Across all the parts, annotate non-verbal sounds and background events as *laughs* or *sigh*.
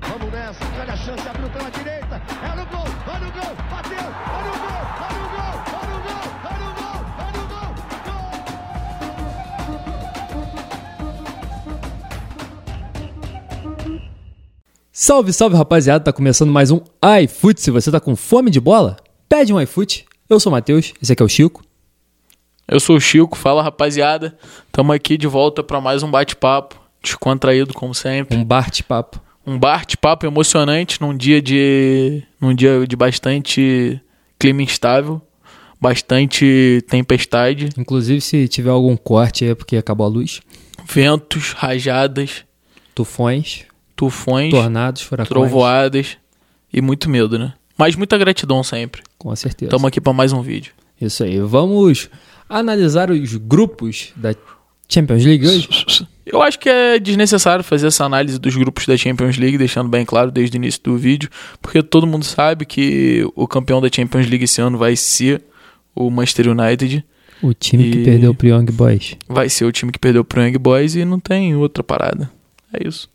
Marcelo nessa. Olha a chance, abriu pela direita. Olha o gol, olha o gol, bateu. Olha o gol, olha o gol, olha o gol, olha o gol, olha o gol. Salve, salve rapaziada, tá começando mais um iFoot. Se você tá com fome de bola, pede um iFoot. Eu sou o Matheus, esse aqui é o Chico. Eu sou o Chico, fala rapaziada. Tamo aqui de volta pra mais um bate-papo, descontraído como sempre. Um bate-papo. Um bate-papo emocionante num dia de num dia de bastante clima instável, bastante tempestade, Inclusive, se tiver algum corte aí, é porque acabou a luz. ventos, rajadas, Tufões, tufões, tornados, furacões. trovoadas e muito medo, né? Mas muita gratidão sempre. Com certeza. Tamo aqui pra mais um vídeo. Isso aí. Vamos analisar os grupos da Champions League hoje. Eu acho que é desnecessário fazer essa análise dos grupos da Champions League, deixando bem claro desde o início do vídeo, porque todo mundo sabe que o campeão da Champions League esse ano vai ser o Manchester United, O time que E- perdeu pro Young Boys. vai ser o time que perdeu pro Young Boys e não tem outra parada. É isso.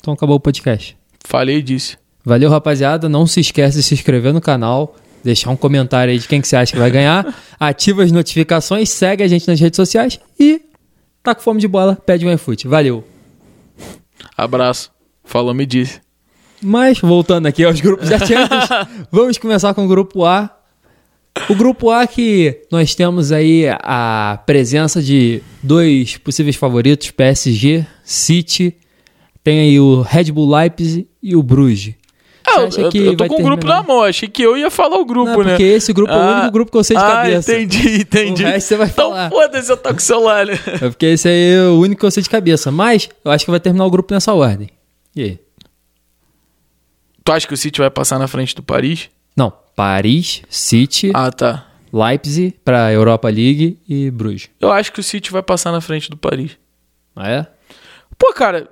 Então acabou o podcast. Falei disso. Valeu, rapaziada. Não se esquece de se inscrever no canal, deixar um comentário aí de quem que você acha que vai ganhar, ativa as notificações, segue a gente nas redes sociais e tá com fome de bola, pede um iFoot. Valeu. Abraço. Falou, me disse. Mas, voltando aqui aos grupos da Champions, vamos começar com o grupo A. O grupo A que nós temos aí a presença de dois possíveis favoritos, PSG, City, tem aí o Red Bull Leipzig e o Bruges. Você Ah, eu, acha eu- que eu tô vai com o grupo terminar? na mão, achei que eu ia falar o grupo, Não, né? porque esse grupo é o único grupo que eu sei de ah, cabeça. entendi, entendi. O resto você vai então falar. foda-se, eu tô com o celular, *laughs* né? É porque esse aí é o único que eu sei de cabeça. Mas eu acho que vai terminar o grupo nessa ordem. E aí? Tu acha que o City vai passar na frente do Paris? Não, Paris, City, Ah, tá. Leipzig pra Europa League e Bruges. Eu acho que o City vai passar na frente do Paris. Ah, é? Pô, cara,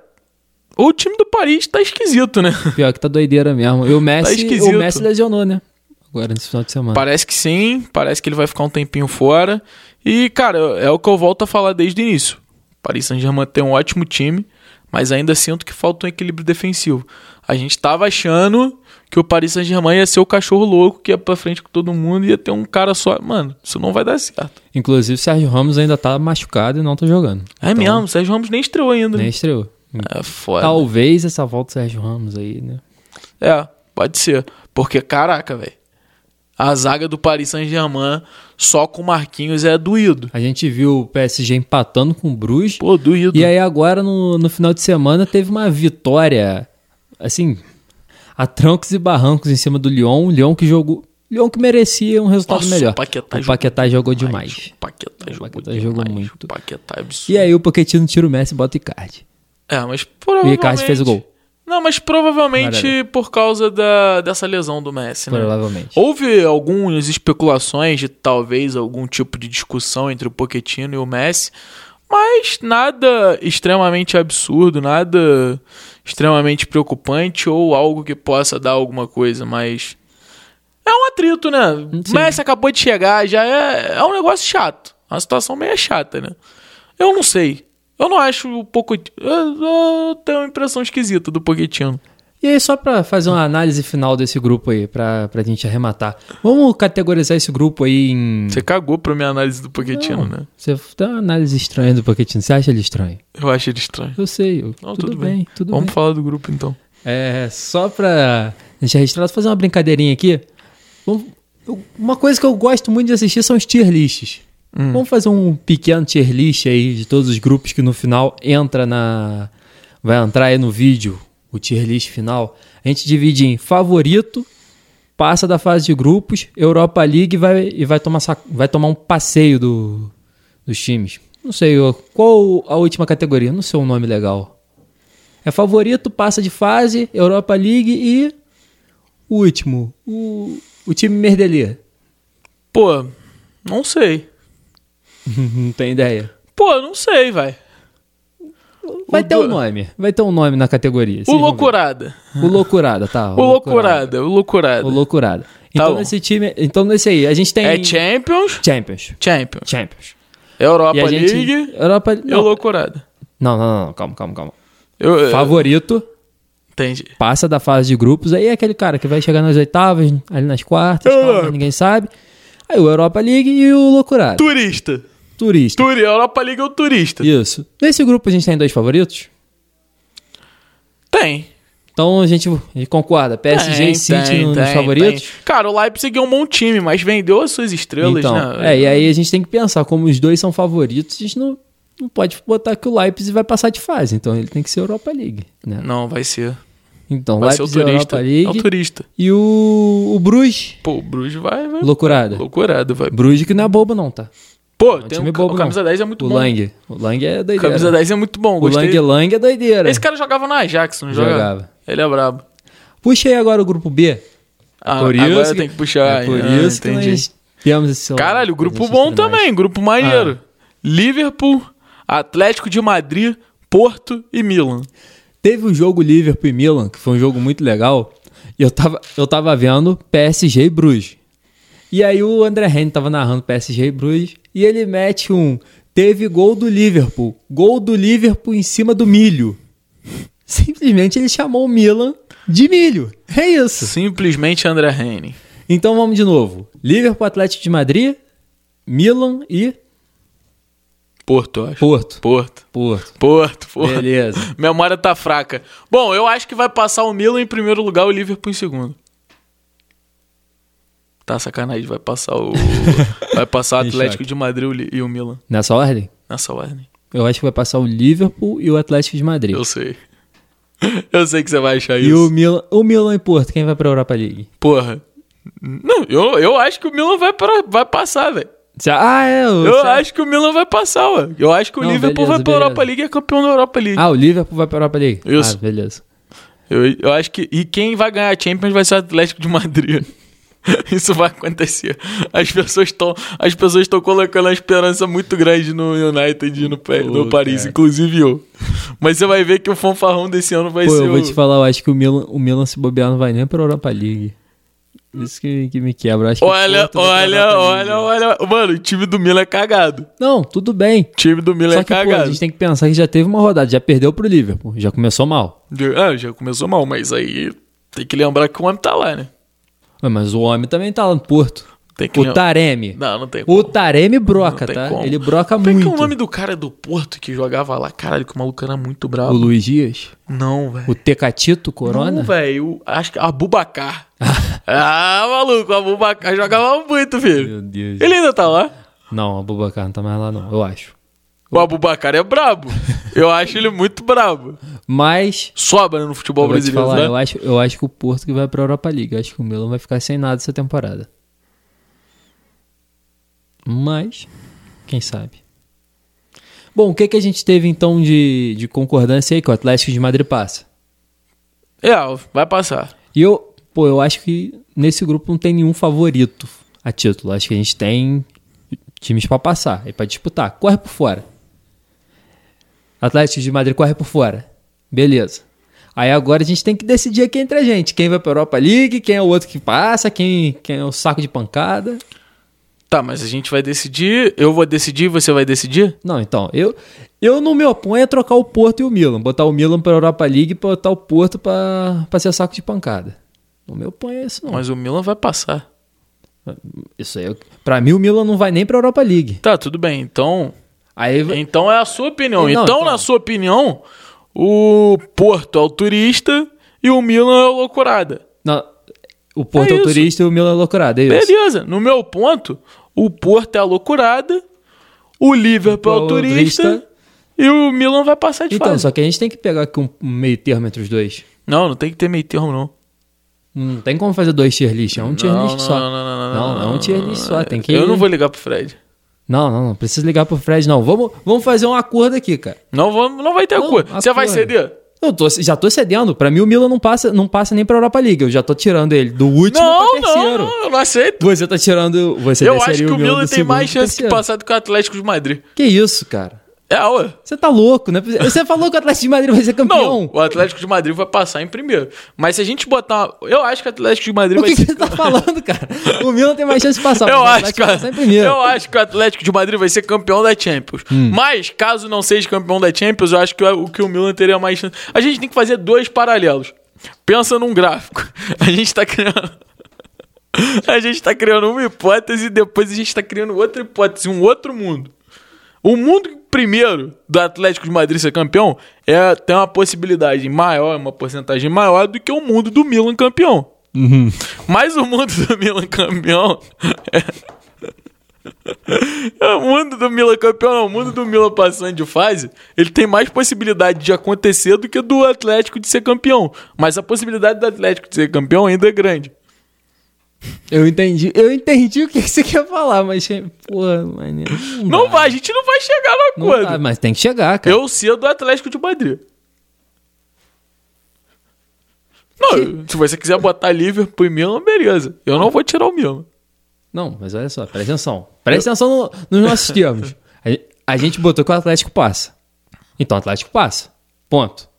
o time do Paris tá esquisito, né? Pior que tá doideira mesmo. E o Messi, esquisito. o Messi lesionou, né? Agora nesse final de semana. Parece que sim, parece que ele vai ficar um tempinho fora. E, cara, é o que eu volto a falar desde o início. Paris Saint-Germain tem um ótimo time, mas ainda sinto que falta um equilíbrio defensivo. A gente tava achando que o Paris Saint-Germain ia ser o cachorro louco que ia pra frente com todo mundo e ia ter um cara só. Mano, isso não vai dar certo. Inclusive, o Sérgio Ramos ainda tá machucado e não tá jogando. É mesmo, o Sérgio Ramos nem estreou ainda. Nem estreou. É foda. Talvez essa volta do Sérgio Ramos aí, né? É, pode ser. Porque, caraca, velho. A zaga do Paris Saint-Germain só com o Marquinhos é doído. A gente viu o PSG empatando com o Bruges. Pô, doído. E é aí agora no, no final de semana teve uma vitória, assim, a trancos e barrancos em cima do Lyon. O Lyon que jogou, Lyon que merecia um resultado Nossa, melhor. o Paquetá o jogou Paquetá jogou demais. O Paquetá jogou, Paquetá demais. jogou muito. O Paquetá é absurdo. E aí o Pochettino tira o Messi e bota o Icardi. É, mas E o provavelmente... Icardi fez o gol. Não, mas provavelmente Amarelo. por causa da, dessa lesão do Messi, né? Provavelmente. Houve algumas especulações de talvez algum tipo de discussão entre o Pochettino e o Messi, mas nada extremamente absurdo, nada extremamente preocupante ou algo que possa dar alguma coisa, mas é um atrito, né? Sim. Messi acabou de chegar, já é, é um negócio chato. Uma situação meio chata, né? Eu não sei. Eu não acho o pouco. Eu, eu tenho uma impressão esquisita do Pochettino. E aí só pra fazer uma análise final desse grupo aí, pra, pra gente arrematar. Vamos categorizar esse grupo aí em... Você cagou pra minha análise do Pochettino, né? Você dá uma análise estranha do Pochettino. Você acha ele estranho? Eu acho ele estranho. Eu sei. eu- Não, tudo, bem, tudo Vamos bem. falar do grupo então. É, só pra deixar registrado, fazer uma brincadeirinha aqui. Vamos- eu- Uma coisa que eu gosto muito de assistir são os tier lists. Vamos fazer um pequeno tier list aí de todos os grupos que no final entra na. Vai entrar aí no vídeo, o tier list final. A gente divide em favorito, passa da fase de grupos, Europa League e vai, e vai, tomar, sac- vai tomar um passeio do, dos times. Não sei, eu- qual a última categoria? Não sei o nome legal. É favorito, passa de fase, Europa League e o último, o, o time Merdelê. Pô, não sei. Uhum, Não tem ideia. Pô, não sei, vai. Vai O ter um do- nome, vai ter um nome na categoria. O vocês vão ver. Loucurada. O Loucurada, tá. O Loucurada, o Loucurada. O Loucurada. Então bom. nesse time, então nesse aí, a gente tem É Champions, Champions. Champions. Champions. Europa e a gente League Europa e o não. Loucurada. É. não, não, não, não, calma, calma, calma. Eu, eu- Favorito, Entendi. passa da fase de grupos, aí é aquele cara que vai chegar nas oitavas, ali nas quartas, tal, Europa. mas ninguém sabe. Aí o Europa League e o Loucurado. Turista. Turista. Turi, a Europa League é o turista. Isso. Nesse grupo a gente tem dois favoritos? Tem. Então a gente, a gente concorda. PSG tem, e City tem, no- nos tem, favoritos. tem. Cara, o Leipzig é um bom time, mas vendeu as suas estrelas, Então, né? é, e aí a gente tem que pensar, como os dois são favoritos, a gente não, não pode botar que o Leipzig vai passar de fase. Então ele tem que ser Europa League, né? Não, vai ser. Então, Vai ser o Leipzig Europa turista. É o League turista. e o, o Bruges, Pô, o Bruges vai, vai. loucurada. Loucurado, vai. Bruges que não é bobo não, tá? Pô, um tem time um, bobo, o camisa não. 10 é muito o bom. Lang. O Lang é O doideira. camisa 10 é muito bom, o Lang gostei. Lang é doideira. Esse cara jogava na Ajax, não jogava? Jogava. Ele é brabo. Puxa aí agora o grupo B. Ah, por isso agora que- tem que puxar. é por Ah, isso que entendi. nós temos esse Caralho, grupo esse bom cenário. também, grupo maneiro. Ah. Liverpool, Atlético de Madrid, Porto e Milan. Teve um jogo Liverpool e Milan, que foi um jogo muito legal. E eu tava, eu tava vendo PSG e Bruges. E aí o André Henrique tava narrando PSG e Bruges. E ele mete um. Teve gol do Liverpool. Gol do Liverpool em cima do milho. *laughs* Simplesmente ele chamou o Milan de milho. É isso. Simplesmente André Henning. Então vamos de novo. Liverpool, Atlético de Madrid, Milan e Porto, eu acho. Porto. Porto. Porto. Porto, Porto. Beleza. *laughs* Memória tá fraca. Bom, eu acho que vai passar o Milan em primeiro lugar e o Liverpool em segundo. Tá sacanagem, vai *laughs* passar o. vai passar o Em Atlético choque. de Madrid o Li- e o Milan. Nessa ordem? Nessa ordem. Eu acho que vai passar o Liverpool e o Atlético de Madrid. Eu sei. *laughs* Eu sei que você vai achar E isso. o Milan, o Milan e Porto, quem vai pra Europa League? Porra. Não, eu, eu acho que o Milan vai, pra, vai passar, velho. Cê- Ah, é. o- Eu cê- acho que o Milan vai passar, ué. Eu acho que o Não, Liverpool beleza, vai pra beleza. Europa League e é campeão da Europa League. Ah, o Liverpool vai pra Europa League. Isso. Ah, beleza. Eu, eu acho que. E quem vai ganhar a Champions vai ser o Atlético de Madrid. *laughs* Isso vai acontecer. As pessoas estão, as pessoas estão colocando uma esperança muito grande no United e no, Pa- no Pô, Paris, cara. inclusive eu. Mas você vai ver que o fanfarrão desse ano vai Pô, ser eu vou o- te falar, eu acho que o Milan, o Milan se bobear não vai nem pra Europa League. Isso que, que me quebra. eu Acho que o Olha, Porto vai pra olha, Europa League. olha, olha. Mano, o time do Milan é cagado. Não, tudo bem. O time do Milan Só é que, pô, a cagado. gente tem que pensar que já teve uma rodada, já perdeu pro Liverpool, já começou mal. Ah, já começou mal, mas aí tem que lembrar que o homem tá lá, né? Ué, Mas o homem também tá lá no Porto. Tem que O lem- Taremi. Não, não tem O como. Taremi Não broca, tem tá? como. Ele broca Como é muito. que é o nome do cara do Porto que jogava lá? Caralho, que o maluco era muito O bravo. Luiz Dias? Não, velho. O né? Tecatito Corona? Não, velho. o- Acho que Abubacar. *laughs* ah, maluco, Abubacar jogava muito, filho. Meu Deus. Ele ainda tá lá. Não, o Bubacar não tá mais lá, não, eu acho. O Abubacar é brabo. Eu acho ele muito brabo. Mas. Sobra no futebol eu vou te brasileiro, falar, né? eu, acho, eu acho que o Porto que vai pra Europa League. Eu acho que o Milan vai ficar sem nada essa temporada. Mas, quem sabe? Bom, o que, que a gente teve então de, de concordância aí que o Atlético de Madrid passa? É, vai passar. E eu, pô, eu acho que nesse grupo não tem nenhum favorito a título. Acho que a gente tem times pra passar e pra disputar. Corre por fora. Atlético de Madrid corre por fora. Beleza. Aí agora a gente tem que decidir aqui entre a gente. Quem vai pra Europa League, quem é o outro que passa, quem, quem é o saco de pancada. Tá, mas a gente vai decidir. Eu vou decidir, você vai decidir? Não, então, eu, eu não me oponho a trocar o Porto e o Milan. Botar o Milan pra Europa League e botar o Porto pra, pra ser saco de pancada. Não me oponho a isso não. Mas o Milan vai passar. Isso aí, eu- pra mim o Milan não vai nem pra Europa League. Tá, tudo bem. Então, Aí então é a sua opinião. Não, então, então- na sua opinião, o Porto é o turista e o Milan é o loucurada. não, o Porto é, o isso. turista e o Milan é loucurado, é isso. Beleza. No meu ponto, o Porto é a loucurada, o Liverpool é o O turista, turista. e o Milan vai passar de Então, fase. só que a gente tem que pegar aqui um um meio termo entre os dois. Não, não tem que ter meio termo, não. Não tem como fazer dois tier list, é um tier não, list não, só. Não, não, não, não, é um tier list só, tem que... Eu não vou ligar pro Fred. Não, não, não, precisa ligar pro Fred não. Vamos, vamos fazer um acordo aqui, cara. Não, vou, não vai ter Não, acordo. Você vai acordo. ceder? Eu tô, já tô cedendo, pra mim o Milan não passa, não passa nem pra Europa League, eu já tô tirando ele do último Não, pra terceiro. não, não, eu não aceito. Você tá tirando, você eu acho desceria que o Milan do tem mais segundo pro chance de terceiro. passar do que o Atlético de Madrid. Que isso, cara? É, ué. Você tá louco, né? Você falou que o Atlético de Madrid vai ser campeão. Não, o Atlético de Madrid vai passar em primeiro. Mas se a gente botar. Eu acho que o Atlético de Madrid O vai que, que ser. você tá falando, cara? O Milan tem mais chance de passar. mas Eu o acho, Atlético cara, passa em primeiro. Hum. eu acho que o Atlético de Madrid vai ser campeão da Champions. Mas, caso não seja campeão da Champions, eu acho que o, o que o Milan teria mais chance. A gente tem que fazer dois paralelos. Pensa num gráfico. *laughs* A gente tá criando. *laughs* A gente tá criando uma hipótese e depois a gente tá criando outra hipótese, um outro mundo. O mundo primeiro do Atlético de Madrid ser campeão é, tem uma possibilidade maior, uma porcentagem maior do que o mundo do Milan campeão. Uhum. Mas o mundo do Milan campeão *laughs* é o mundo do Milan campeão, não, o mundo do Milan passando de fase, ele tem mais possibilidade de acontecer do que do Atlético de ser campeão. Mas a possibilidade do Atlético de ser campeão ainda é grande. Eu entendi. Eu entendi o que que você quer falar, mas. Porra, mano. Não vai, a gente não vai chegar no Não dá, acordo. mas tem que chegar, cara. Eu cedo do Atlético de Madrid. Não, se você quiser botar Liverpool e Milan, beleza. Eu não vou tirar o Milan. Não, mas olha só, presta atenção. Presta atenção no- nos nossos termos. A, gen- a gente botou que o Atlético passa. Então o Atlético passa. Ponto.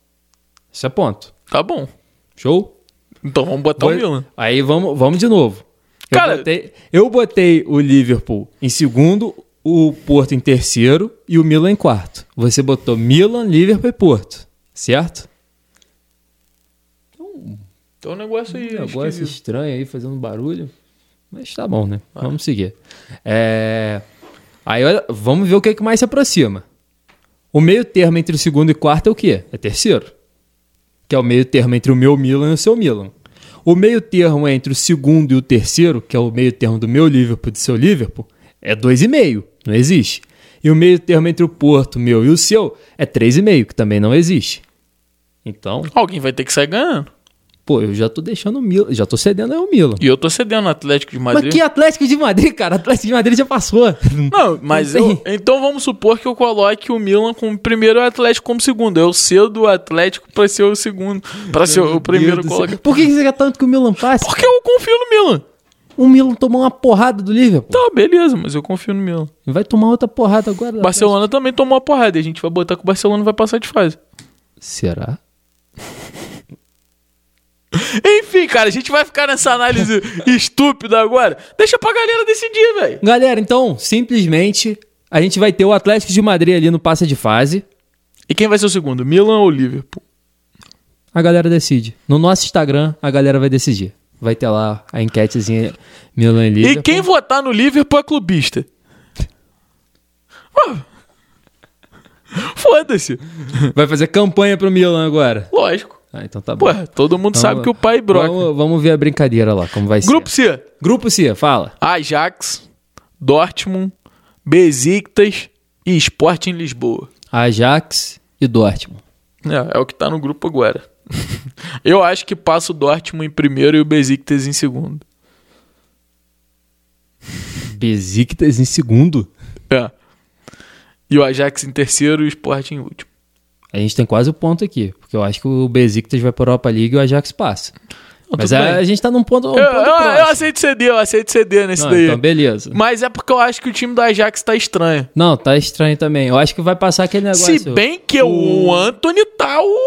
Isso é ponto. Tá bom. Show? Então vamos botar o Vou- Milan. Aí vamos, vamos de novo. Eu Cara- botei, eu botei o Liverpool em segundo, o Porto em terceiro e o Milan em quarto. Você botou Milan, Liverpool e Porto, certo? Então o negócio aí. Um negócio esquisito. estranho aí fazendo barulho. Mas tá bom, né? Vamos seguir. É, Aí olha, vamos ver o que, é que mais se aproxima. O meio termo entre o segundo e quarto é o quê? É terceiro. Que é o meio termo entre o meu Milan e o seu Milan. O meio termo entre o segundo e o terceiro, que é o meio termo do meu Liverpool e do seu Liverpool, é 2,5. Não existe. E o meio termo entre o Porto, meu e o seu, é 3,5, que também não existe. Então, Alguém vai ter que sair ganhando. Pô, eu já tô deixando o Milan, já tô cedendo aí o Milan. E eu tô cedendo o Atlético de Madrid. Mas que Atlético de Madrid, cara? Atlético de Madrid já passou. Não, mas Não eu, então vamos supor que eu coloque o Milan como primeiro e o Atlético como segundo. Eu cedo o Atlético pra ser o segundo, Pra ser Então, o primeiro colocado. Por que que você quer tanto que o Milan passe? Porque eu confio no Milan. O Milan tomou uma porrada do Liverpool. Tá, beleza, mas eu confio no Milan. Vai tomar outra porrada agora. do Barcelona também tomou uma porrada e a gente vai botar que o Barcelona vai passar de fase. Atlético. Será? Enfim, cara, a gente vai ficar nessa *laughs* análise estúpida agora. Deixa pra galera decidir, velho. Galera, então, simplesmente, a gente vai ter o Atlético de Madrid ali no passa de fase. E quem vai ser o segundo, Milan ou Liverpool? A galera decide. No nosso Instagram, a galera vai decidir. Vai ter lá a enquetezinha Milan e Liverpool. E quem votar no Liverpool é clubista. Ah. Foda-se. Vai fazer campanha pro Milan agora. Lógico. Ah, então tá bom. Ué, todo mundo Então, sabe que o pai broca. Vamos, vamos ver a brincadeira lá, como vai Grupo ser. C: Grupo C, fala. Ajax, Dortmund, Besiktas e Sporting Lisboa. Ajax e Dortmund. É, é o que tá no grupo agora. *laughs* Eu acho que passa o Dortmund em primeiro e o Besiktas em segundo. Besiktas em segundo. É. E o Ajax em terceiro e o Sporting em último. A gente tem quase o ponto aqui, porque eu acho que o Besiktas vai pra Europa League e o Ajax passa. Mas tudo a, bem. a gente tá num ponto, um Eu, ponto eu, eu próximo. aceito CD, eu aceito CD nesse Não, daí. então beleza. Mas é porque eu acho que o time do Ajax tá estranho. Não, tá estranho também. Eu acho que vai passar aquele negócio. Se bem que o Anthony tá. o-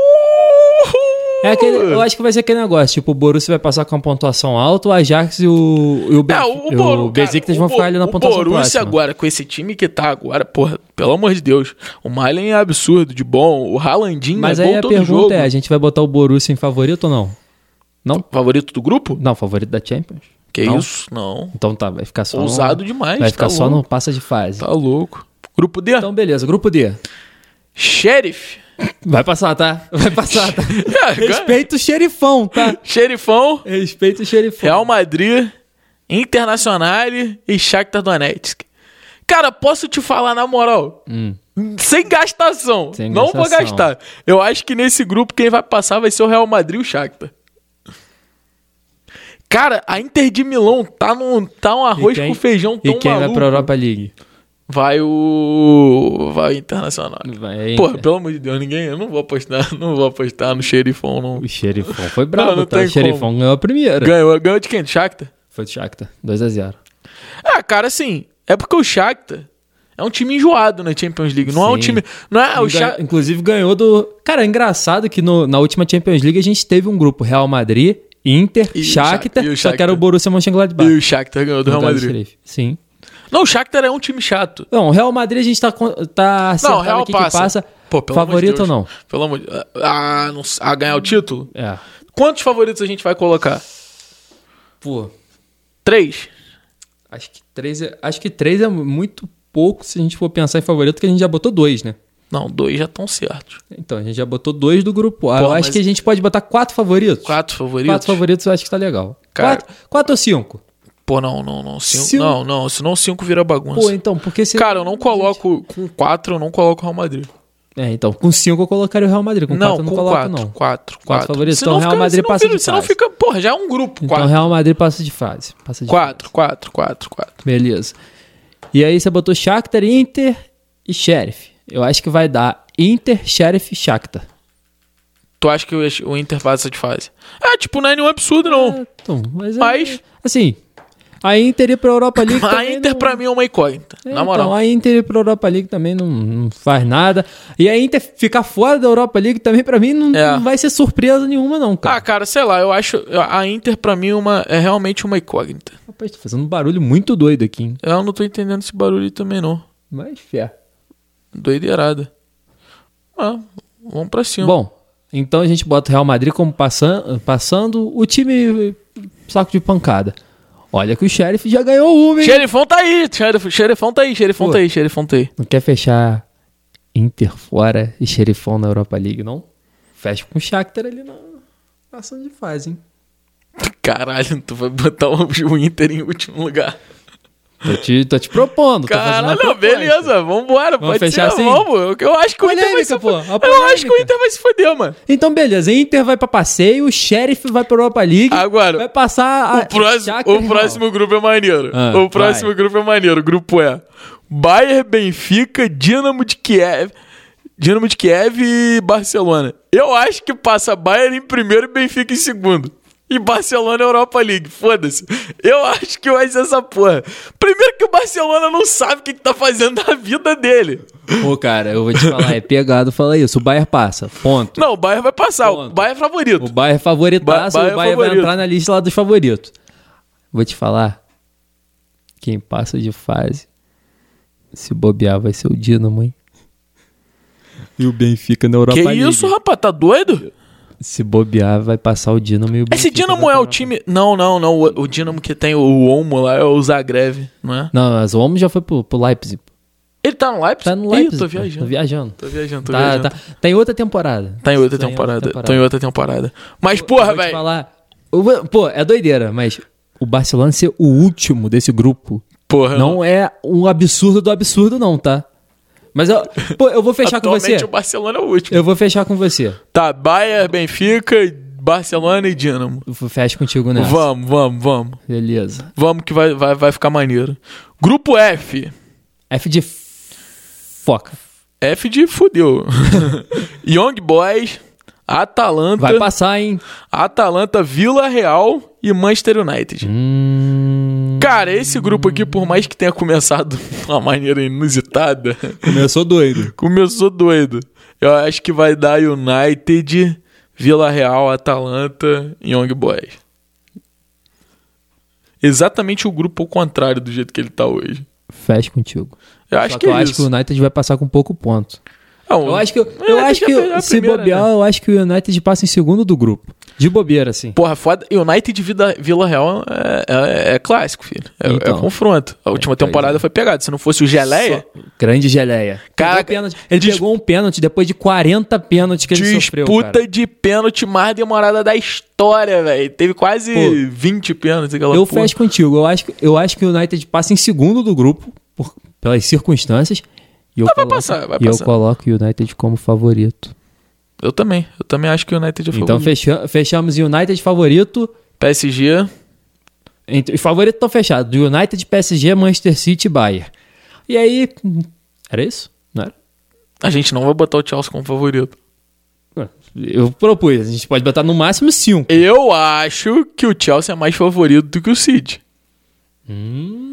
É aquele- eu acho que vai ser aquele negócio, tipo, o Borussia vai passar com a pontuação alta, o Ajax e o, e o, Be- É, e Boru- o Besiktas cara, vão o ficar ali na Bo- pontuação O Borussia próxima. agora, com esse time que tá agora, porra, pelo amor de Deus. O Malen é absurdo de bom. O Haalandinho Mas é aí bom a todo pergunta jogo. é, a gente vai botar o Borussia em favorito ou não? Não? Favorito do grupo? Não, favorito da Champions. Que Não. isso? Não. Então tá, vai ficar só no- Ousado demais. Vai tá ficar só no louco. passa de fase. Tá louco. Grupo D? Então beleza, grupo D. Sheriff. Vai passar, tá? Vai passar, tá? *laughs* É, ganha. Respeita o xerifão, tá? Xerifão, Respeita o xerifão. Real Madrid, Internacional e Shakhtar Donetsk. Cara, posso te falar na moral? Sem gastação. Hum. Sem não vou gastação. gastar. Eu acho que nesse grupo quem vai passar vai ser o Real Madrid e o Shakhtar. Cara, a Inter de Milão tá, num, tá um arroz com feijão tão E quem vai maluco. pra Europa League? Vai o... Vai o Internacional. Vai... Porra, pelo amor de Deus, ninguém... Eu não vou apostar, *laughs* não vou apostar no xerifão, não. O xerifão foi brabo, Não, não tá? tem O xerifão ganhou a primeira. Ganhou, ganhou de quem? Do Shakhtar? Foi do Shakhtar, 2x0. Ah, cara, assim, é porque o Shakhtar é um time enjoado na Champions League. Não é um Sim. time... Não é o Shakhtar... Inclusive ganhou do... Cara, é engraçado que no- na última Champions League a gente teve um grupo Real Madrid, Inter, E o Shakhtar, Shakhtar, e o só que era Shakhtar. o Borussia Mönchengladbach. E o Shakhtar ganhou do Real Verdade, Madrid. xerife. Sim. Não, o Shakhtar é um time chato. Não, o Real Madrid a gente tá, con- tá acertando Real aqui passa. que passa. Pô, pelo Favorito ou amor de Deus. Pelo amor de ah, não s- ah, ganhar o título? É. Quantos favoritos a gente vai colocar? Pô, Três? acho que três é, acho que três é muito pouco se a gente for pensar em favorito, que a gente já botou dois, né? Não, dois já estão certos. Então, a gente já botou dois do grupo A. Pô, eu acho mas- que a gente pode botar quatro favoritos. Quatro favoritos? Quatro favoritos eu acho que tá legal. Cara- Quatro, quatro ou cinco? Pô, não, não, não. Cinco, Cinco. Não, não. Senão cinco vira bagunça. Pô, então, porque se. Cara, eu não coloco com quatro, eu não coloco o Real Madrid. É, então, com cinco eu colocaria o Real Madrid. Com não, quatro eu não com coloco, quatro, não. quatro. Quatro, favoritos. Senão Então, Real Madrid senão passa vira- de Senão fase. fica, porra, já é um grupo. Então, Quatro, Real Madrid passa de fase. Passa de quatro, quatro, quatro, quatro. Beleza. E aí você botou Shakhtar, Inter e Sheriff. Eu acho que vai dar Inter, Sheriff e Shakhtar. Tu acha que o o Inter passa de fase? É, tipo, não é nenhum absurdo, não. Então, mas, é- Mas- assim, a Inter ir pra Europa League *laughs* A também Inter, não... pra mim, é uma incógnita. É, na então, moral. a Inter ir pra Europa League também não, não faz nada. E a Inter ficar fora da Europa League também, pra mim, não, É. não vai ser surpresa nenhuma, não, Ah, cara. cara, sei lá, eu acho. A Inter, pra mim, é uma, é realmente uma incógnita. Rapaz, tô fazendo um barulho muito doido aqui, hein? Eu não tô entendendo esse barulho aí também, não. Mas fé. Doideirada. Ah, vamos pra cima. Bom, então a gente bota o Real Madrid como passan- passando o time saco de pancada. Olha que o Sheriff já ganhou uma, hein? Xerifão tá aí, xerif- xerifão tá aí, xerifão Pô. tá aí, xerifão tá aí. Não quer fechar Inter fora e Xerifão na Europa League, não? Fecha com o Shakhtar ali na passando de fase, hein? Caralho, tu vai botar o o Inter em último lugar. Tô te, tô te propondo. tô fazendo uma Caralho, proposta. beleza, vambora, Vamos pode ser, fechar assim? vamos. Eu, eu acho que o Inter vai Polêmica, se pô, foder. a Eu acho que o polêmica. Inter vai se foder, mano. Então, beleza. Inter vai pra passeio, o Sheriff vai pra Europa League. Agora, vai passar a O próximo, Shakhtar o e próximo grupo é maneiro. Ah, o próximo vai. grupo é maneiro. O grupo é Bayern, Benfica, Dinamo de Kiev. Dinamo de Kiev e Barcelona. Eu acho que passa Bayern em primeiro e Benfica em segundo. E Barcelona é Europa League. Foda-se. Eu acho que vai ser essa porra. Primeiro que o Barcelona não sabe o que, que tá fazendo na vida dele. Real. Pô, cara, eu vou te falar, é pegado falar isso. O Bayern passa, ponto. Não, o Bayern vai passar. O Ponto. Bayern é favorito. O Bayern é favoritaço, Ba- Bayern o Bayern vai favorito. entrar na lista lá dos favoritos. Vou te falar, quem passa de fase, se bobear, vai ser o Dinamo, hein? E o Benfica na Europa Que isso, rapaz? Tá doido? Se bobear, vai passar o Dinamo e o tá Esse Dinamo é o time. Não, não, não. O, o Dinamo que tem o, o Omo lá é o Zagrev, não é? Não, mas o Homem já foi pro, pro Leipzig. Ele tá no Leipzig? Tá no Ih, Leipzig. tô pô. viajando. Tô viajando. Tô viajando, tô Tá, viajando. tá, Tá, tá em outra temporada. em outra Tá em outra temporada. temporada. Tá em outra temporada. Mas, Eu porra, vou te velho. falar. eu vou- Pô, é doideira, mas o Barcelona ser o último desse grupo Porra, não é um absurdo do absurdo, não, tá? Mas eu, pô, eu vou fechar com Atualmente você. o Barcelona é o último. Eu vou fechar com você. Tá, Bayern, Benfica, Barcelona e Dinamo. Eu fecho contigo nessa. Vamos, vamos, vamos. Beleza. Vamos que vai, vai, vai ficar maneiro. Grupo F. F de f- foca. F de fudeu. *laughs* Young Boys, Atalanta. Vai passar, hein? Atalanta, Vila Real e Manchester United. Hum, Cara, esse grupo aqui, por mais que tenha começado *laughs* de uma maneira inusitada, *laughs* começou doido. começou doido. Eu acho que vai dar United, Vila Real, Atalanta e Young Boys. Exatamente o grupo ao contrário do jeito que ele tá hoje. Fecho contigo. Eu acho Só que que eu é acho que o isso. United vai passar com pouco ponto. Não, Eu acho que, é, eu acho já que perdeu a se primeira, bobear, né? eu acho que o United passa em segundo do grupo. De bobeira, assim. Porra, foda. United e Vida- Vila Real é, é- é clássico, filho. É, é Então. confronto. A última pois temporada é. foi pegada. Se não fosse o Geleia, Só- Grande geleia. Cara, Pegou pênalti. ele dis- pegou um pênalti depois de 40 pênaltis que ele disputa sofreu. Cara. de pênalti mais demorada da história, velho. Teve quase Pô. 20 pênaltis aquela Eu porra. fecho contigo. Eu acho, que- eu acho que o United passa em segundo do grupo, por- pelas circunstâncias. E eu Ah, vai coloco- passar, vai e eu passar. coloco o United como favorito. Eu também. Eu também acho que o United é foi Então o fecha- fechamos United favorito. PSG. Entre, os favoritos estão fechados. Do United, PSG, Manchester City e Bayern. E aí. Era isso? Não era? A gente não vai botar o Chelsea como favorito. Eu propus, a gente pode botar no máximo 5. Eu acho que o Chelsea é mais favorito do que o City. Hum.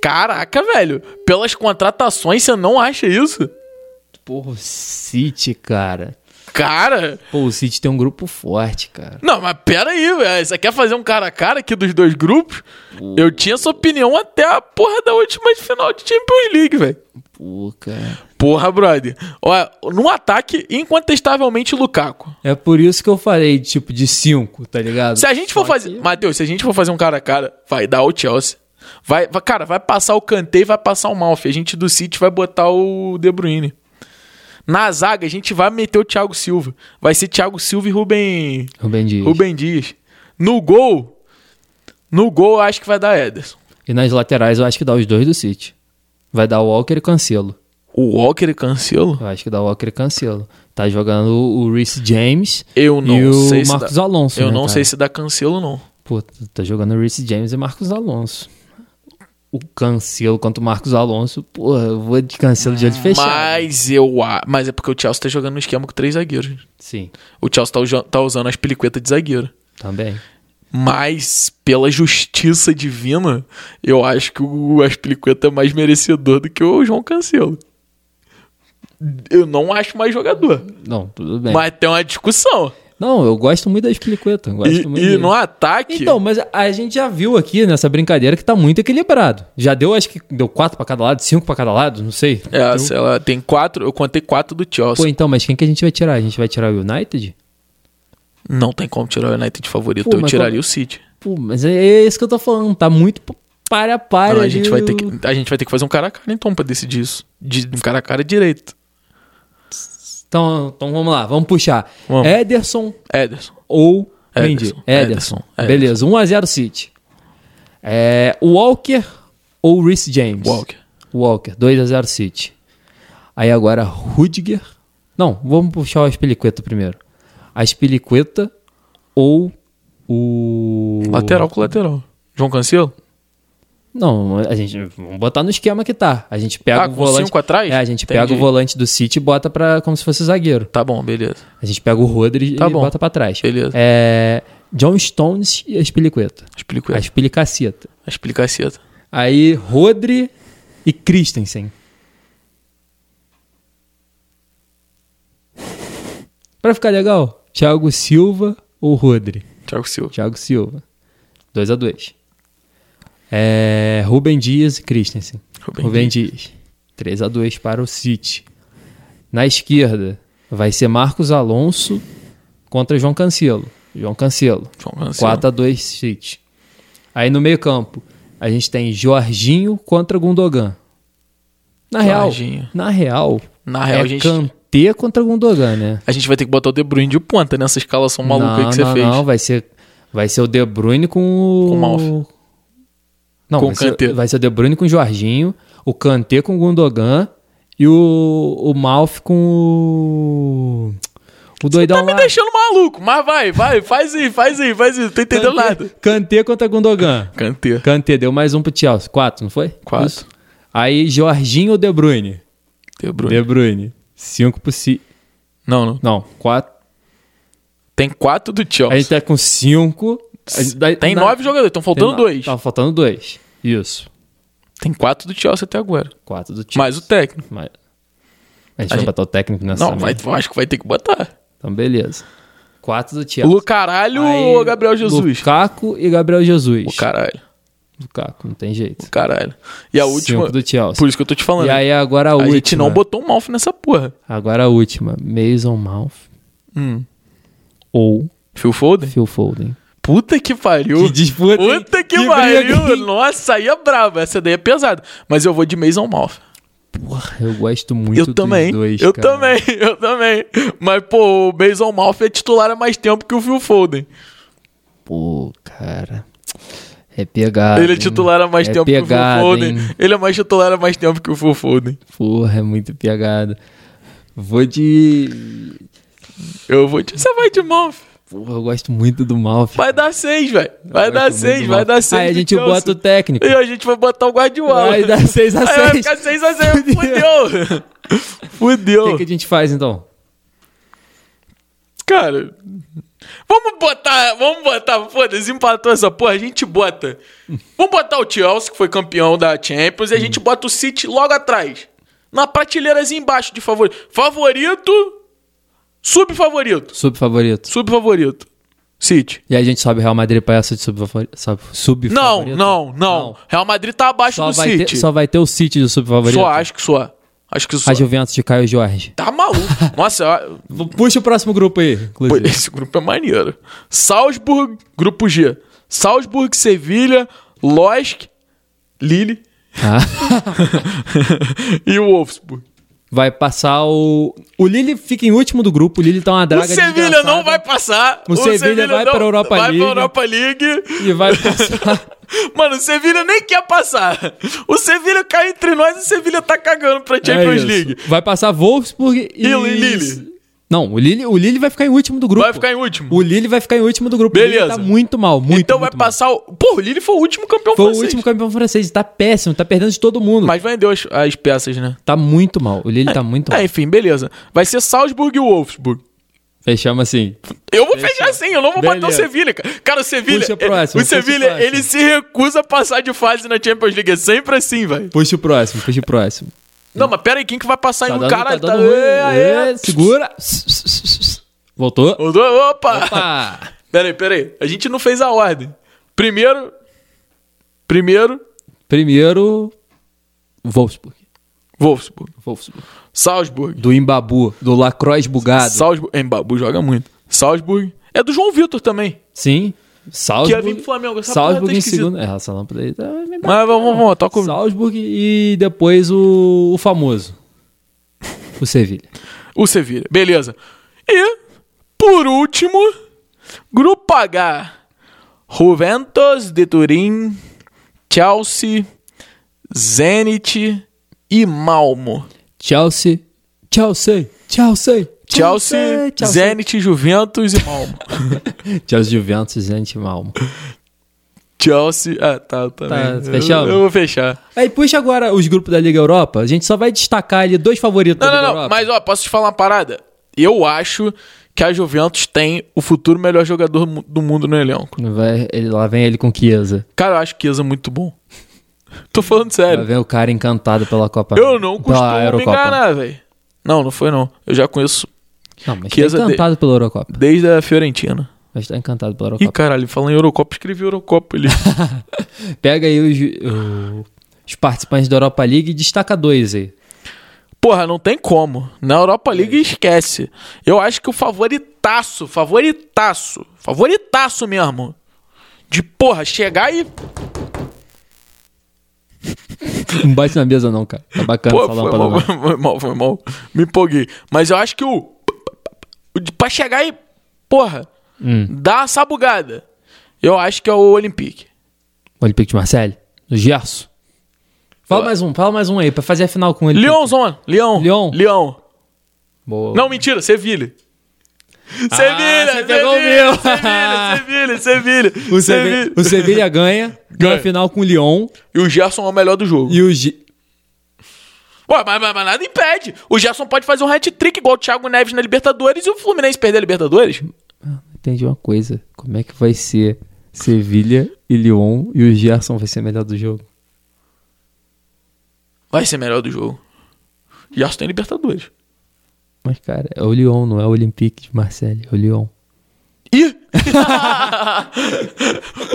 Caraca, velho. Pelas contratações, você não acha isso? Porra, o City, cara. Cara... Pô, o City tem um grupo forte, cara. Não, mas pera aí, velho. Você quer fazer um cara a cara aqui dos dois grupos? Eu tinha essa opinião até a porra da última de final de Champions League, velho. Pô, cara. Porra, brother. Olha, no ataque, incontestavelmente Lukaku. É por isso que eu falei, tipo, de 5, tá ligado? Se a gente for Só fazer. que- Matheus, se a gente for fazer um cara a cara, vai dar o Chelsea. Vai, vai- cara, vai passar o Kanté e vai passar o Malfi. A gente do City vai botar o De Bruyne. Na zaga, a gente vai meter o Thiago Silva. Vai ser Thiago Silva e Rubem. Rubem Dias. Rubem Dias. No gol. No gol, eu acho que vai dar Ederson. E nas laterais eu acho que dá os dois do City. Vai dar o Walker e Cancelo. O Walker e Cancelo? Eu acho que dá o Walker e Cancelo. Tá jogando o Reece James Eu não e o sei se Marcos dá. Alonso. Eu né, não cara? sei se dá Cancelo ou não. Pô, tá jogando o Reece James e Marcos Alonso. O Cancelo contra o Marcos Alonso, porra, eu vou de Cancelo de olho fechado. Mas eu a- Mas é porque o Chelsea tá jogando no esquema com três zagueiros. Sim, O Chelsea tá, usa- tá usando as peliquetas de zagueiro. também. Mas, pela justiça divina, eu acho que o Aspilicueta é mais merecedor do que o João Cancelo. Eu não acho mais jogador. Não, tudo bem. Mas tem uma discussão. Não, eu gosto muito da Espiliqueta. E, e é no ataque. Então, mas a gente já viu aqui nessa brincadeira que tá muito equilibrado. Já deu, acho que deu quatro pra cada lado, cinco pra cada lado, não sei. um É, sei lá, tem quatro. Eu contei quatro do Chelsea. Pô, então, mas quem que a gente vai tirar? A gente vai tirar o United? Não tem como tirar o United de favorito. Pô, eu mas tiraria como- o City. Pô, mas é isso que eu tô falando, tá muito p- para para. Não, a, gente ali vai o- ter que, a gente vai ter que fazer um cara a cara então pra decidir isso. De, um cara a cara direito. Então, então vamos lá, vamos puxar. Vamos. Ederson Ederson. ou Ederson, Mendy? Ederson, Ederson. Ederson. Beleza, 1x0 City. É, Walker ou Reece James? Walker. Walker, 2x0 City. Aí agora Rudiger. Não, vamos puxar o Aspilicueta primeiro. Aspilicueta ou o. Lateral com lateral. João Cancelo? Não, a gente. Vamos botar no esquema que tá. A gente pega Ah, o com volante. cinco atrás? É, a gente Entendi. pega o volante do City e bota pra, como se fosse zagueiro. Tá bom, beleza. A gente pega o Rodri Tá e bom. bota pra trás. Beleza. É, John Stones e Aspilicueta. Explico isso. Aspilicaceta. Explica a seta. Aí Rodri e Christensen. Pra ficar legal, Thiago Silva ou Rodri? Thiago Silva. Thiago Silva. 2 a 2 é, Rubem Dias e Christensen. Rubem Rubem, Dias. 3 a 2 para o City. Na esquerda vai ser Marcos Alonso contra João Cancelo. João Cancelo. João Cancelo. 4 a 2 City. Aí no meio-campo, a gente tem Jorginho contra Gundogan. Na real, Jorginho. na real, Na real, é a gente. Kanté contra Gundogan, né? A gente vai ter que botar o De Bruyne de ponta nessa escalação maluca aí não, que você não, fez. Não, vai ser vai ser o De Bruyne com o Com o Malf. Não, Com vai, o Kanté. ser, vai ser o De Bruyne com o Jorginho, o Kanté com o Gundogan e o o Malf com o o doidão Tá me lá. deixando maluco, mas vai, vai, faz aí, faz aí, faz aí. Não tô entendendo Kanté- nada. Kanté contra Gundogan. Kanté. Kanté deu mais um pro Chelsea. Quatro, não foi? Quatro. Isso. Aí Jorginho ou De Bruyne? De Bruyne. De Bruyne. Cinco pro City. Não, não. Não, quatro. Tem quatro do A gente tá Chelsea. com cinco. A gente- daí- Tem na- nove jogadores, estão Tem faltando nove. dois. Tá faltando dois. Isso. Tem quatro do Chelsea até agora. Quatro do time. Mais o técnico. Mas- A gente A vai gente- botar o técnico nessa Não, vai, merda. acho que vai ter que botar. Então, beleza. Quatro do Chelsea. O caralho ou Gabriel Jesus? Lukaku e Gabriel Jesus. O caralho. Lukaku, não tem jeito. O caralho. E a última. Cinco do Chelsea. Por isso que eu tô te falando. E aí agora a, a última. gente não botou um Malf nessa porra. Agora a última. Mason Mouth Hum. ou Phil Foden? Phil Foden. Puta que pariu. Que disputa, hein? Puta que, Que pariu. briga, hein? Nossa, aí é brava. Essa daí é pesada. Mas eu vou de Mason Mouth. Porra, eu gosto muito Eu dos também. dois, eu cara. também, *laughs* eu também. Mas, pô, o Mason Mouth é titular há mais tempo que o Phil Foden. Pô, cara. É pegado. Ele é hein? titular há mais É tempo pegado, que o Phil Foden. hein? Ele é mais titular há mais tempo que o Phil Foden. Porra, é muito pegado. Vou de. Eu vou te. Você vai de Mouth. Porra, eu gosto muito do Malfi. Vai dar seis, velho. Vai dar seis, vai dar seis. Aí Ah, a de gente Chelsea. bota o técnico. E a gente vai botar o Guardiola. Vai dar 6 a Aí vai 6. ficar 6x0. Fudeu. *laughs* Fudeu. O que, que a gente faz então? Cara, vamos botar, vamos botar, foda-se, empatou essa porra, a gente bota. Vamos botar o Chelsea, que foi campeão da Champions, e a gente bota o City logo atrás. Na prateleirazinha embaixo de favorito. Favorito, subfavorito. Subfavorito. Subfavorito. City. E aí a gente sobe Real Madrid pra essa de subfavori- sub- subfavorito? Não, não, não, Não. Real Madrid tá abaixo Só do vai, ter, City. só vai ter o City de subfavorito? Só acho que só. Acho que só... A Juventus de Caio Jorge. Tá maluco. Nossa, *laughs* eu- Puxa o próximo grupo aí, Pô, *laughs* inclusive. Esse grupo é maneiro. Salzburg, grupo G. Salzburg, Sevilha, Losk, Lille *laughs* Ah, e o Wolfsburg. Vai passar o. O Lille fica em último do grupo. O Lille tá uma draga o Sevilha desgraçada não vai passar. O Sevilha vai pra Europa vai League. Pra Europa League. E vai passar. *laughs* Mano, o Sevilha nem quer passar. O Sevilha cai entre nós e o Sevilha tá cagando pra Champions É isso. League. Vai passar Wolfsburg e. E o Lille? Não, o Lille, o Lille vai ficar em último do grupo. Vai ficar em último. O Lille vai ficar em último do grupo. O Lille Beleza. tá muito mal, muito então muito vai mal. passar o. Pô, o Lille foi o último campeão Foi francês. o último campeão francês. Tá péssimo, tá perdendo de todo mundo. Mas vendeu as, as peças, né? Tá muito mal. O Lille tá muito Ah, mal. enfim, beleza. Vai ser Salzburg e Wolfsburg. Fechamos assim. Eu vou fechar assim, eu não vou bater o Beleza. Sevilha, cara. Cara, o Sevilha. Puxa o próximo, o puxa o Sevilha, próximo. ele se recusa a passar de fase na Champions League. É sempre assim, velho. Puxa o próximo, puxa o *laughs* próximo. Não, mas pera aí, quem que vai passar Tá em um dando, cara? tá tá- dando ruim. Ê, É, ê. Segura. Voltou. Opa! *laughs* Opa. Opa. Pera aí, pera aí. A gente não fez a ordem. Primeiro. Primeiro, Primeiro, Wolfsburg. Wolfsburg. Wolfsburg. Salzburg. Do Imbabu, do Lacroix bugado. Salzburg. Em Babu joga muito. Salzburg. É do João Vitor também. Sim. Salzburg. Que ia vir pro Flamengo, essa porra Salzburg tá em esquisita. segundo. É, essa lâmpada aí tá meio Mas vamos, vamos, vamos toca o. Salzburg e depois o, o famoso. O Sevilha. O Sevilha. Beleza. E, por último, Grupo H. Juventus de Turim, Chelsea, Zenit e Malmo. Chelsea. Chelsea. Chelsea. Chelsea, Zenit, Juventus e *laughs* Malmo. Chelsea Juventus, gente, Malmo. Chelsea. Ah, tá, tá. Tá, bem. fechamos? Eu, eu vou fechar. Aí puxa agora os grupos da Liga Europa. A gente só vai destacar ali dois favoritos Não, da Liga não, não. Europa. Mas, ó, posso te falar uma parada? Eu acho que a Juventus tem o futuro melhor jogador mu- do mundo no elenco. Não vai- ele- lá vem ele com Chiesa. Cara, eu acho que Chiesa é muito bom. *laughs* Tô falando sério. Lá vem o cara encantado pela Copa. Eu não pela costumo me Eurocopa. enganar, velho. Não, não foi não. Eu já conheço Não, mas Chiesa tá encantado pela Eurocopa. desde a Fiorentina. Mas tá encantado pela Ih, Eurocopa. caralho, falando em Eurocopa, escrevi Eurocopa *laughs* ali. Pega aí os, o- os participantes da Europa League e destaca dois aí. Porra, não tem como. Na Europa League É. esquece. Eu acho que o favoritaço, favoritaço, favoritaço mesmo. De porra, chegar e. Não bate na mesa não, cara. Tá bacana Pô, essa foi lâmpada mal, não. foi mal, foi mal. Me empolguei. Mas eu acho que o. o de- Pra chegar e. Porra, Hum. dá essa bugada. Eu acho que é o Olympique. Olympique de Marseille. O Gerson. Fala mais um, fala mais um aí, pra fazer a final com ele. Lyon, Zona. Lyon. Lyon. Lyon. Boa. Não, mentira, Sevilha. Sevilha, Ah, você pegou o Sevilha, meu. Sevilha, Sevilha, Sevilha, *laughs* O, Sevilha, o Sevilha *laughs* ganha, ganha Ganha. a final com o Lyon E o Gerson é o melhor do jogo. e o... G... Ué, mas, mas- mas nada impede. O Gerson pode fazer um hat-trick igual o Thiago Neves na Libertadores e o Fluminense perder a Libertadores. Entendi uma coisa. Como é que vai ser Sevilha e Lyon e o Gerson vai ser melhor do jogo? Vai ser melhor do jogo. O Gerson tem Libertadores. Mas, cara, é o Lyon, não é o Olympique de Marseille, é o Lyon. Ih! *laughs*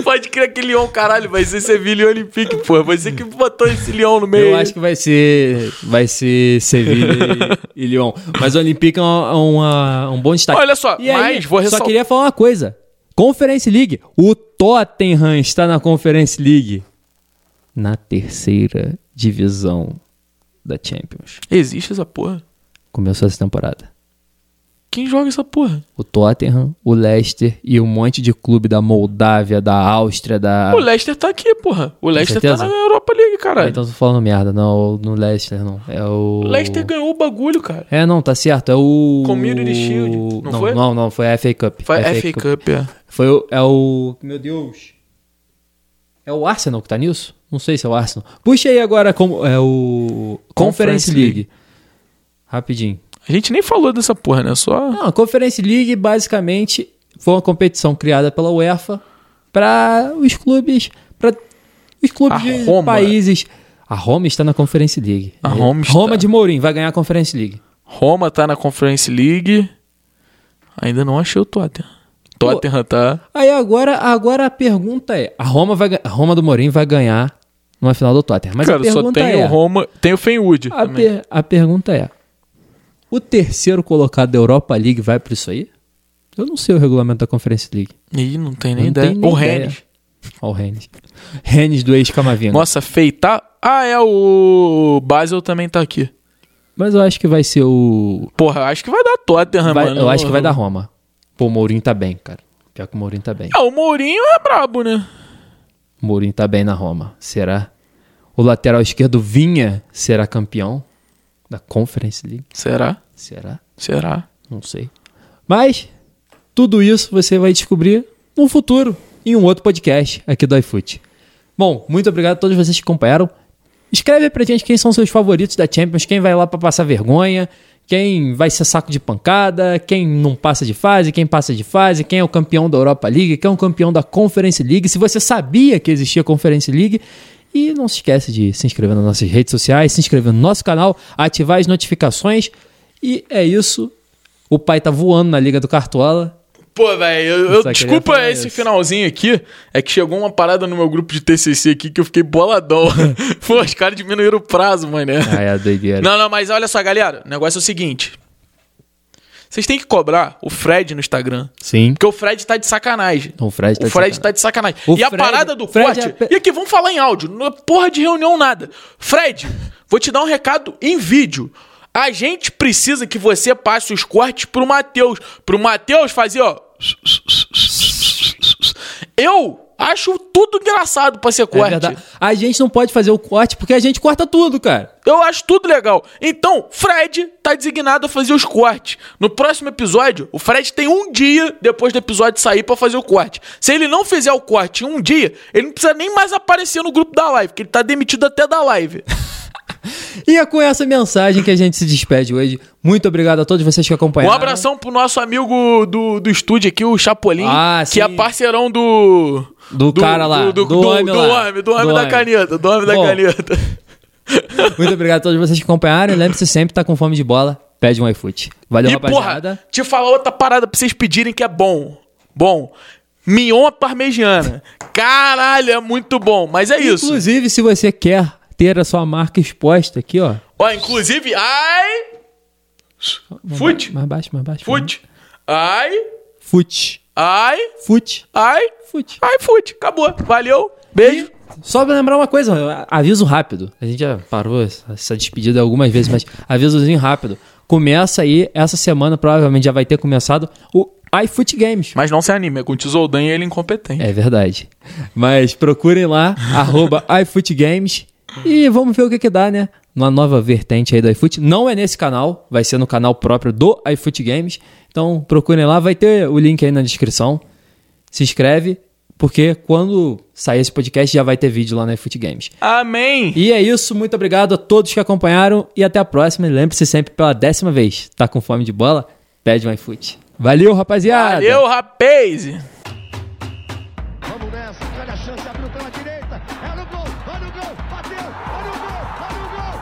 pode crer que Lyon, caralho, vai ser Sevilha e Olympique, porra. Vai ser que botou esse Lyon no meio. Eu acho que vai ser. Vai ser Sevilha e, e Lyon. Mas o Olympique é uma- é uma- um bom destaque. Olha só, E aí, mas vou Só ressaltar. queria falar uma coisa. Conference League. O Tottenham está na Conference League. Na terceira divisão da Champions. Existe essa porra? Começou essa temporada. Quem joga essa porra? O Tottenham, o Leicester e um monte de clube da Moldávia, da Áustria, da. O Leicester tá aqui, porra. O Leicester tá certeza? na Europa League, caralho. Então tô falando merda, não, no Leicester não. É o. O Leicester ganhou o bagulho, cara. É, não, tá certo. É o. Community Shield, não não foi? Não, não, foi a FA Cup. Foi a FA Cup, é. Foi o. É o. Meu Deus. É o Arsenal que tá nisso? Não sei se é o Arsenal. Puxa aí agora como. É o. Conference Conference League. League. Rapidinho. A gente nem falou dessa porra, né? Só. Não, a Conference League basicamente foi uma competição criada pela UEFA para os clubes. Pra os clubes A de Roma. países. A Roma está na Conference League. É, A Roma está. de Mourinho vai ganhar a Conference League. Roma tá na Conference League. Ainda não achei o Tottenham. Tottenham tá. Aí agora, agora a pergunta é: a Roma, vai, ga- a Roma do Mourinho vai ganhar numa final do Tottenham. Mas a Cara, só pergunta tem é, o Roma, tem o Fenwood a, também. per- a pergunta é, o terceiro colocado da Europa League vai pra isso aí? Eu não sei o regulamento da Conference League. Ih, não tem nem Não ideia. tem nem o ideia. Rennes. Ó o Rennes. Rennes do ex-Camavinga. Nossa, feita. Ah, é, o Basel também tá aqui. Mas eu acho que vai ser o... Porra, eu acho que vai dar Tottenham, vai- mano. eu acho que vai dar Roma. Pô, o Mourinho tá bem, cara. Pior que o Mourinho tá bem. Ah, o Mourinho é brabo, né? O Mourinho tá bem na Roma. Será? O lateral esquerdo Vinha será campeão da Conference League? Será? Será? Será? Não sei. Mas tudo isso você vai descobrir no futuro, em um outro podcast aqui do iFoot. Bom, muito obrigado a todos vocês que acompanharam. Escreve pra gente quem são seus favoritos da Champions, quem vai lá pra passar vergonha, quem vai ser saco de pancada, quem não passa de fase, quem passa de fase, quem é o campeão da Europa League, quem é o campeão da Conference League, se você sabia que existia Conference League. E não se esquece de se inscrever nas nossas redes sociais, se inscrever no nosso canal, ativar as notificações. E é isso. O pai tá voando na Liga do Cartola. Pô, velho, eu, eu- Só queria desculpa falar esse isso. finalzinho aqui. É que chegou uma parada no meu grupo de TCC aqui que eu *laughs* fiquei boladão. Pô, os caras diminuíram o prazo, mané. Ah, é a doideira. Não, não, mas olha só, galera. O negócio é o seguinte. Vocês têm que cobrar o Fred no Instagram. Sim. Porque o Fred tá de sacanagem. O Fred tá o de Fred sacanagem. tá de sacanagem. O e a Fred- parada do Fred corte. é pe- E aqui, vamos falar em áudio. Não é porra de reunião, nada. Fred, vou te dar um recado em vídeo. A gente precisa que você passe os cortes pro Matheus. Pro Matheus fazer, ó. Eu acho tudo engraçado pra ser É corte. verdade. A gente não pode fazer o corte porque a gente corta tudo, cara. Eu acho tudo legal. Então, Fred tá designado a fazer os cortes. No próximo episódio, o Fred tem um dia depois do episódio sair pra fazer o corte. Se ele não fizer o corte em um dia, ele não precisa nem mais aparecer no grupo da live, porque ele tá demitido até da live. E é com essa mensagem que a gente se despede hoje. Muito obrigado a todos vocês que Um acompanharam. abração pro nosso amigo do, do estúdio aqui, o Chapolin, Ah, que é sim. parceirão do. Do cara lá, Do, do, do homem do, lá. homem, do homem Do da homem. caneta, do homem da Bom. caneta. Muito obrigado a todos vocês que acompanharam. E Lembre-se sempre, tá com fome de bola, pede um iFoot. Valeu, E, rapaziada. porra, te falar outra parada pra vocês pedirem que é bom. Bom. Mignon à parmegiana. Caralho, é muito bom. Mas é isso. Inclusive, se você quer ter a sua marca exposta aqui, ó. Ó, inclusive, ai... Fute. Mais baixo, mais baixo. né? Fute. Ai, Fute. ai, Fute. ai, Fute. ai, fute. Acabou. Valeu. Beijo. Só pra lembrar uma coisa, aviso rápido. A gente já parou essa essa despedida algumas vezes, mas avisozinho rápido. Começa aí, essa semana provavelmente já vai ter começado o iFoot Games. Mas não se anime, é com o Tizoldan e ele incompetente. É verdade. Mas procurem lá, *laughs* arroba iFoot Games e vamos ver o que que dá, né? Uma nova vertente aí do iFoot. Não é nesse canal, vai ser no canal próprio do iFoot Games. Então procurem lá, vai ter o link aí na descrição. Se inscreve, porque quando sair esse podcast já vai ter vídeo lá no iFoot Games. Amém. E é isso, muito obrigado a todos que acompanharam e até a próxima. E lembre-se sempre pela décima vez, tá com fome de bola? Pede um iFoot. Valeu, rapaziada! Valeu, rapaz. Vamos nessa, olha a chance, abriu pela direita, é no gol, olha o gol, bateu, olha o gol, olha o gol,